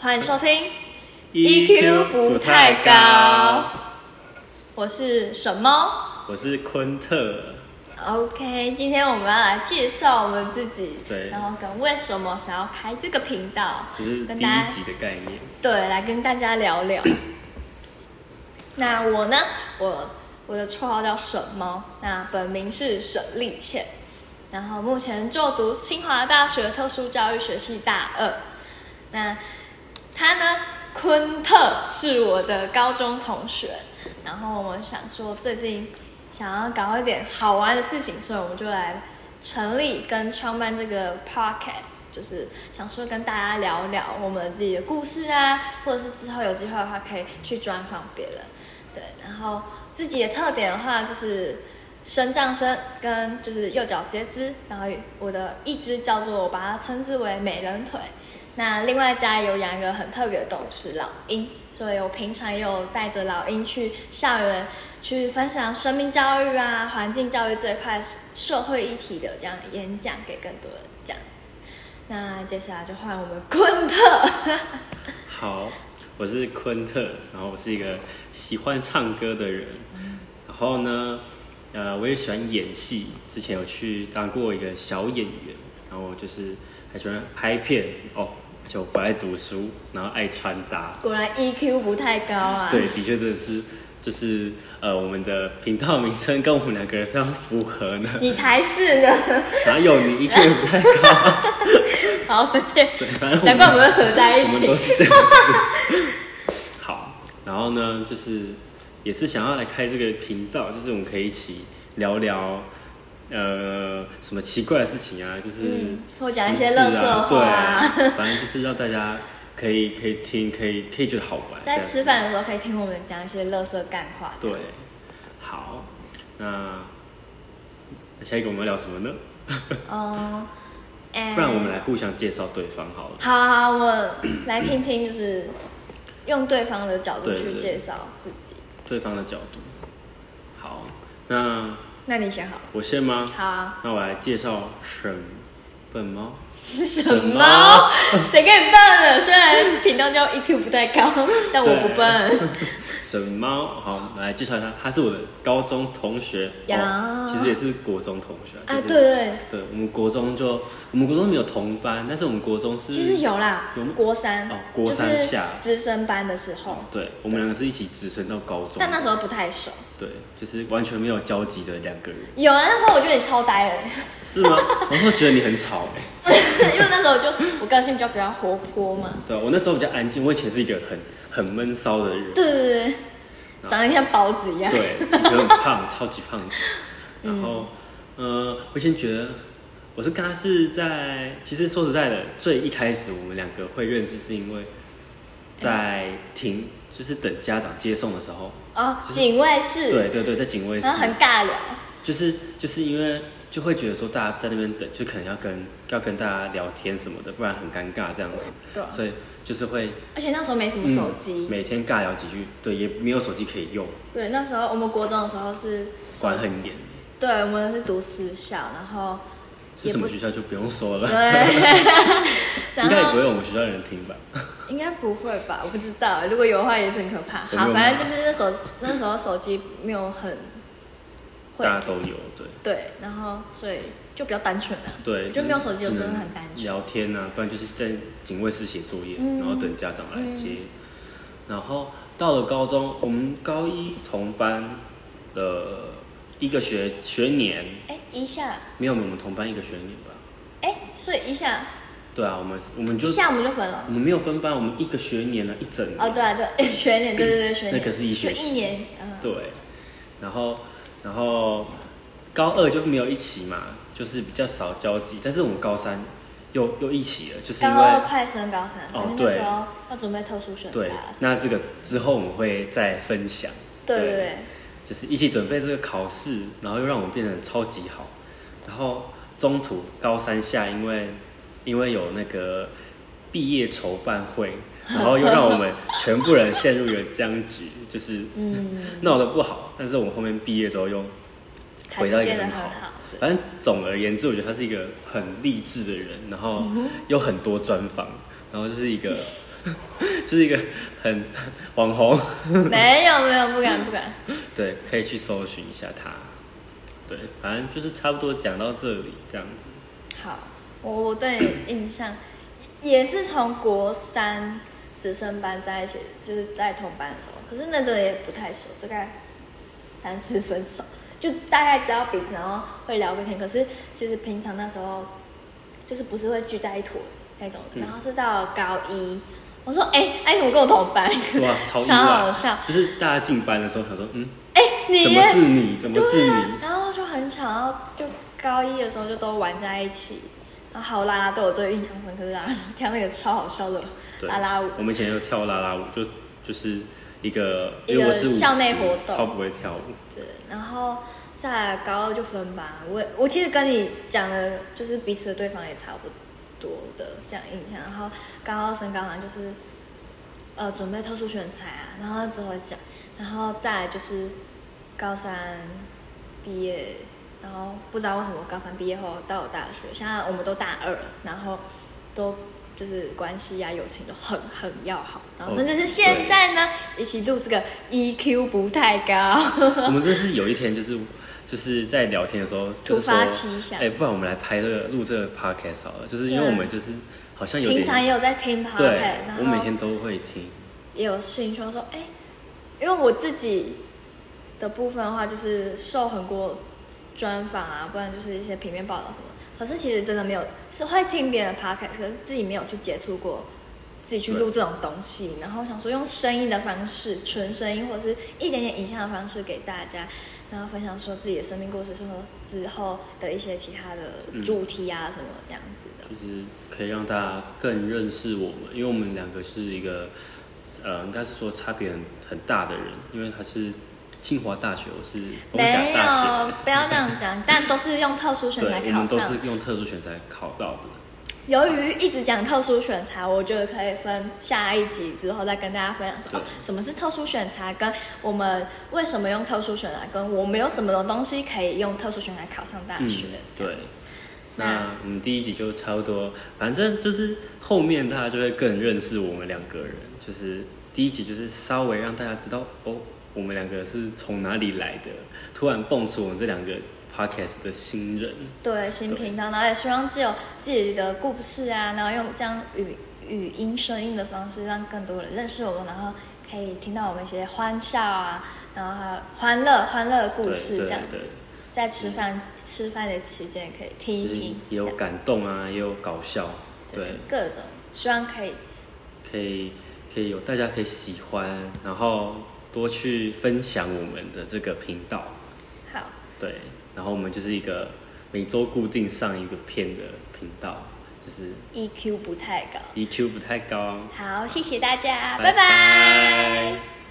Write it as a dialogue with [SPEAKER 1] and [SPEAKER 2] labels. [SPEAKER 1] 欢迎收听
[SPEAKER 2] E
[SPEAKER 1] EQ E 不太高，我是什么
[SPEAKER 2] 我是昆特，
[SPEAKER 1] ？OK，今天我们要来介绍我们自己，
[SPEAKER 2] 对
[SPEAKER 1] 然后跟为什么想要开这个频道，
[SPEAKER 2] 就是
[SPEAKER 1] 跟
[SPEAKER 2] 第
[SPEAKER 1] 大
[SPEAKER 2] 一
[SPEAKER 1] 家
[SPEAKER 2] 集的概念。
[SPEAKER 1] 对来跟大家聊聊。 那我呢，我我的绰号叫沈猫，那本名是沈丽倩，然后目前就读清华大学特殊教育学系大二。那他呢，昆特是我的高中同学，然后我们想说最近想要搞一点好玩的事情，所以我们就来成立跟创办这个 podcast。就是想说跟大家聊聊我们自己的故事啊，或者是之后有机会的话可以去专访别人，对。然后自己的特点的话就是伸胀伸跟就是右脚截肢，然后我的一只叫做我把它称之为美人腿，那另外家里有养一个很特别的动物，就是老鹰，所以我平常也有带着老鹰去校园去分享生命教育啊、环境教育这一块社会议题的这样演讲给更多人这样子。那接下来就换我们昆特，
[SPEAKER 2] 好，我是昆特，然后我是一个喜欢唱歌的人，然后呢，呃，我也喜欢演戏，之前有去当过一个小演员，然后就是还喜欢拍片哦，而且我不爱读书，然后爱穿搭，
[SPEAKER 1] 果然 EQ 不太高啊。
[SPEAKER 2] 对，的确真的是。就是呃，我们的频道名称跟我们两个人非常符合呢。
[SPEAKER 1] 你才是呢，
[SPEAKER 2] 哪有你一个人不太高？
[SPEAKER 1] 好随便，
[SPEAKER 2] 对，反正我
[SPEAKER 1] 难怪我们会合在一
[SPEAKER 2] 我们都
[SPEAKER 1] 起。
[SPEAKER 2] 是这样子。好，然后呢，就是也是想要来开这个频道，就是我们可以一起聊聊。呃，什么奇怪的事情啊？就是、
[SPEAKER 1] 嗯或讲一些垃圾话
[SPEAKER 2] 对
[SPEAKER 1] 啊
[SPEAKER 2] 啊，反正就是让大家可以可以听，可以可以觉得好玩。
[SPEAKER 1] 在
[SPEAKER 2] 这样
[SPEAKER 1] 吃饭的时候可以听我们讲一些乐色干话。
[SPEAKER 2] 对，好，那那下一个我们要聊什么呢？
[SPEAKER 1] 嗯，哎
[SPEAKER 2] 不然我们来互相介绍对方好了。
[SPEAKER 1] 好好，我来听听，就是用对方的角度
[SPEAKER 2] 对对
[SPEAKER 1] 去
[SPEAKER 2] 对
[SPEAKER 1] 介绍自己。
[SPEAKER 2] 对方的角度。好，那
[SPEAKER 1] 那你先好了。
[SPEAKER 2] 我先吗？
[SPEAKER 1] 好啊，
[SPEAKER 2] 那我来介绍沈笨猫。
[SPEAKER 1] 什么
[SPEAKER 2] 么？
[SPEAKER 1] 谁跟你笨了？虽然频道叫 EQ 不太 高，但我不笨。
[SPEAKER 2] 沈猫，好，来介绍一下，他是我的高中同学，哦
[SPEAKER 1] 呀
[SPEAKER 2] 其实也是国中同学。
[SPEAKER 1] 啊，
[SPEAKER 2] 就
[SPEAKER 1] 对
[SPEAKER 2] 是
[SPEAKER 1] 对，
[SPEAKER 2] 对，我们国中就我们国中没有同班，但是我们国中是
[SPEAKER 1] 其实有啦
[SPEAKER 2] 有吗，
[SPEAKER 1] 国三
[SPEAKER 2] 哦，国三下
[SPEAKER 1] 就是资深班的时候，
[SPEAKER 2] 对，我们两个是一起直升到高中，
[SPEAKER 1] 但那时候不太熟。
[SPEAKER 2] 对，就是完全没有交集的两个人，
[SPEAKER 1] 有啊，那时候我觉得你超呆的，
[SPEAKER 2] 是吗？我会觉得你很吵、欸，
[SPEAKER 1] 因为那时候我就我个性比较比较活泼嘛。
[SPEAKER 2] 对我那时候比较安静，我以前是一个很很闷骚的人，
[SPEAKER 1] 对对对对，长得像包子一样。嗯
[SPEAKER 2] 对，以前很胖，超级胖的。然后，呃，我先觉得我是跟他是在，其实说实在的，最一开始我们两个会认识是因为在停，就是等家长接送的时候，
[SPEAKER 1] 哦，警卫室。
[SPEAKER 2] 对对对，在警卫室
[SPEAKER 1] 然，后很尬聊，
[SPEAKER 2] 就是就是因为就会觉得说大家在那边等，就可能要跟要跟大家聊天什么的，不然很尴尬这样子，
[SPEAKER 1] 对啊
[SPEAKER 2] 所以就是会
[SPEAKER 1] 而且那时候没什么手机
[SPEAKER 2] 嗯，每天尬聊几句，对，也没有手机可以用，
[SPEAKER 1] 对，那时候我们国中的时候是手
[SPEAKER 2] 管很严。
[SPEAKER 1] 对，我们是读私校，然后
[SPEAKER 2] 是什么学校就不用说 了。
[SPEAKER 1] 对，
[SPEAKER 2] 应该也
[SPEAKER 1] 然
[SPEAKER 2] 不会
[SPEAKER 1] 后
[SPEAKER 2] 有我们学校的人听吧？
[SPEAKER 1] 应该不会吧？我不知道，如果有的话也是很可怕。
[SPEAKER 2] 有没有
[SPEAKER 1] 好，
[SPEAKER 2] 吗
[SPEAKER 1] 反正就是那时候那时候手机没有很会
[SPEAKER 2] 大家都有，对
[SPEAKER 1] 对，然后所以就比较单纯了，啊
[SPEAKER 2] 对，
[SPEAKER 1] 就没有手机，有时候很单
[SPEAKER 2] 只能
[SPEAKER 1] 纯。
[SPEAKER 2] 聊天啊，不然就是在警卫室写作业，
[SPEAKER 1] 嗯
[SPEAKER 2] 然后等家长来接。然后到了高中，我们高一同班的一个学学年，
[SPEAKER 1] 哎，一下，
[SPEAKER 2] 没有我们同班一个学年吧？
[SPEAKER 1] 哎，所以一下
[SPEAKER 2] 对啊，我们我们就
[SPEAKER 1] 一下我们就分了
[SPEAKER 2] 我。们没有分班，我们一个学年呢、一整年。
[SPEAKER 1] 哦，对啊，对， 学年，对对对，学年，
[SPEAKER 2] 那可是一学
[SPEAKER 1] 就
[SPEAKER 2] 期
[SPEAKER 1] 一年，嗯，
[SPEAKER 2] 对，然后然后高二就没有一起嘛，就是比较少交集。但是我们高三又又一起了，就是
[SPEAKER 1] 高
[SPEAKER 2] 因
[SPEAKER 1] 二
[SPEAKER 2] 为
[SPEAKER 1] 快升高三，
[SPEAKER 2] 哦
[SPEAKER 1] 因为那
[SPEAKER 2] 对
[SPEAKER 1] 时候要准备特殊选
[SPEAKER 2] 对
[SPEAKER 1] 材啊，什么
[SPEAKER 2] 那这个之后我们会再分享。
[SPEAKER 1] 对对对，
[SPEAKER 2] 就是一起准备这个考试，然后又让我们变得超级好。然后中途高三下，因为因为有那个毕业筹办会，然后又让我们全部人陷入一个僵局，就是
[SPEAKER 1] 嗯，
[SPEAKER 2] 闹得不好。但是我们后面毕业之后又
[SPEAKER 1] 还
[SPEAKER 2] 回
[SPEAKER 1] 是
[SPEAKER 2] 到一个
[SPEAKER 1] 变得
[SPEAKER 2] 很
[SPEAKER 1] 很
[SPEAKER 2] 好
[SPEAKER 1] 好，。对
[SPEAKER 2] 反正总而言之，我觉得
[SPEAKER 1] 嗯
[SPEAKER 2] 他是一个很励志的人，然后有很多专访，然后就是一个就是一个很网红，
[SPEAKER 1] 没有没有，不敢不敢。
[SPEAKER 2] 对，可以去搜寻一下他。对，反正就是差不多讲到这里这样子。
[SPEAKER 1] 好，我我对你印象也是从国三直升班在一起，就是在同班的时候，可是那阵也不太熟，大概三次分手，就大概知道彼此，然后会聊个天。可是其实平常那时候就是不是会聚在一坨那种的，
[SPEAKER 2] 嗯
[SPEAKER 1] 然后是到高一，我说哎，哎、怎么跟我同班？
[SPEAKER 2] 哇，超意外
[SPEAKER 1] 好笑。
[SPEAKER 2] 就是大家进班的时候，想说，嗯，
[SPEAKER 1] 哎、你
[SPEAKER 2] 怎
[SPEAKER 1] 耶
[SPEAKER 2] 么是你？怎么是
[SPEAKER 1] 对
[SPEAKER 2] 你？
[SPEAKER 1] 啊，然后就很巧，然后就高一的时候就都玩在一起。然后还有啦啦队，我最印象深刻是啦啦队跳那个超好笑的
[SPEAKER 2] 对，
[SPEAKER 1] 啦啦舞，
[SPEAKER 2] 我们以前就跳啦啦舞，就就是一个，
[SPEAKER 1] 一个
[SPEAKER 2] 因为我是舞痴
[SPEAKER 1] 校内活动
[SPEAKER 2] 超不会跳舞。
[SPEAKER 1] 对。然后在高二就分班，我也我其实跟你讲的，就是彼此的对方也差不多的这样印象。然后高二升高好像就是呃准备特殊选材啊，然后之后讲，然后再来就是高三毕业，然后不知道为什么高三毕业后到了大学，现在我们都大二了，然后都就是关系呀、友情都很很要好，然后甚至是现在呢，一起录这个 EQ 不太高，
[SPEAKER 2] 我们真是有一天就是就是在聊天的时候，就
[SPEAKER 1] 突
[SPEAKER 2] 是
[SPEAKER 1] 发
[SPEAKER 2] 说
[SPEAKER 1] 奇想
[SPEAKER 2] 哎、不然我们来拍这个录这个 podcast 好了，就是因为
[SPEAKER 1] 对啊
[SPEAKER 2] 我们就是好像有点
[SPEAKER 1] 平常也有在听 p o d
[SPEAKER 2] 对
[SPEAKER 1] c a s，
[SPEAKER 2] 我
[SPEAKER 1] 然
[SPEAKER 2] 每
[SPEAKER 1] 后
[SPEAKER 2] 天都会听。
[SPEAKER 1] 也有兴趣我说，哎、因为我自己的部分的话，就是受很多专访啊，不然就是一些平面报道什么。可是其实真的没有，是会听别人的 podcast，可是自己没有去接触过，自己去录这种东西。然后想说用声音的方式，纯声音或者是一点点影像的方式给大家，然后分享说自己的生命故事，之后之后的一些其他
[SPEAKER 2] 嗯
[SPEAKER 1] 的主题啊什么这样子的。
[SPEAKER 2] 就是可以让大家更认识我们，因为我们两个是一个，呃，应该是说差别很很大的人，因为他是清华大学，我是东
[SPEAKER 1] 没
[SPEAKER 2] 甲大
[SPEAKER 1] 有
[SPEAKER 2] 学，，
[SPEAKER 1] 不要这样讲，但都是用特殊选材
[SPEAKER 2] 对，我
[SPEAKER 1] 考
[SPEAKER 2] 们都
[SPEAKER 1] 上
[SPEAKER 2] 是。用特殊选才考到的，
[SPEAKER 1] 由于一直讲特殊选材，我觉得可以分下一集之后再跟大家分享说，
[SPEAKER 2] 对
[SPEAKER 1] 哦，什么是特殊选材，跟我们为什么用特殊选材，跟我们有什么东西可以用特殊选材考上大
[SPEAKER 2] 嗯
[SPEAKER 1] 学。，
[SPEAKER 2] 对。
[SPEAKER 1] 那
[SPEAKER 2] 那我们第一集就差不多，反正就是后面大家就会更认识我们两个人。就是第一集就是稍微让大家知道哦，我们两个是从哪里来的，突然蹦出我们这两个 podcast 的新人。
[SPEAKER 1] 对新频道，然后也希望借有自己的故事啊，然后用这样语语音声音的方式，让更多人认识我们，然后可以听到我们一些欢笑啊，然后还有欢乐欢乐的故事
[SPEAKER 2] 对
[SPEAKER 1] 这样
[SPEAKER 2] 对
[SPEAKER 1] 子
[SPEAKER 2] 对，
[SPEAKER 1] 在吃饭、吃饭的期间可以听一
[SPEAKER 2] 就是
[SPEAKER 1] 听，
[SPEAKER 2] 也有
[SPEAKER 1] 这样
[SPEAKER 2] 感动啊，也有搞笑，对，
[SPEAKER 1] 对各种，希望可以
[SPEAKER 2] 可以可以有大家可以喜欢，然后多去分享我们的这个频道，
[SPEAKER 1] 好，
[SPEAKER 2] 对，然后我们就是一个每周固定上一个片的频道，就是
[SPEAKER 1] EQ，E 不太高。
[SPEAKER 2] EQ 不太高，
[SPEAKER 1] 好，谢谢大家，
[SPEAKER 2] 拜
[SPEAKER 1] 拜拜
[SPEAKER 2] 拜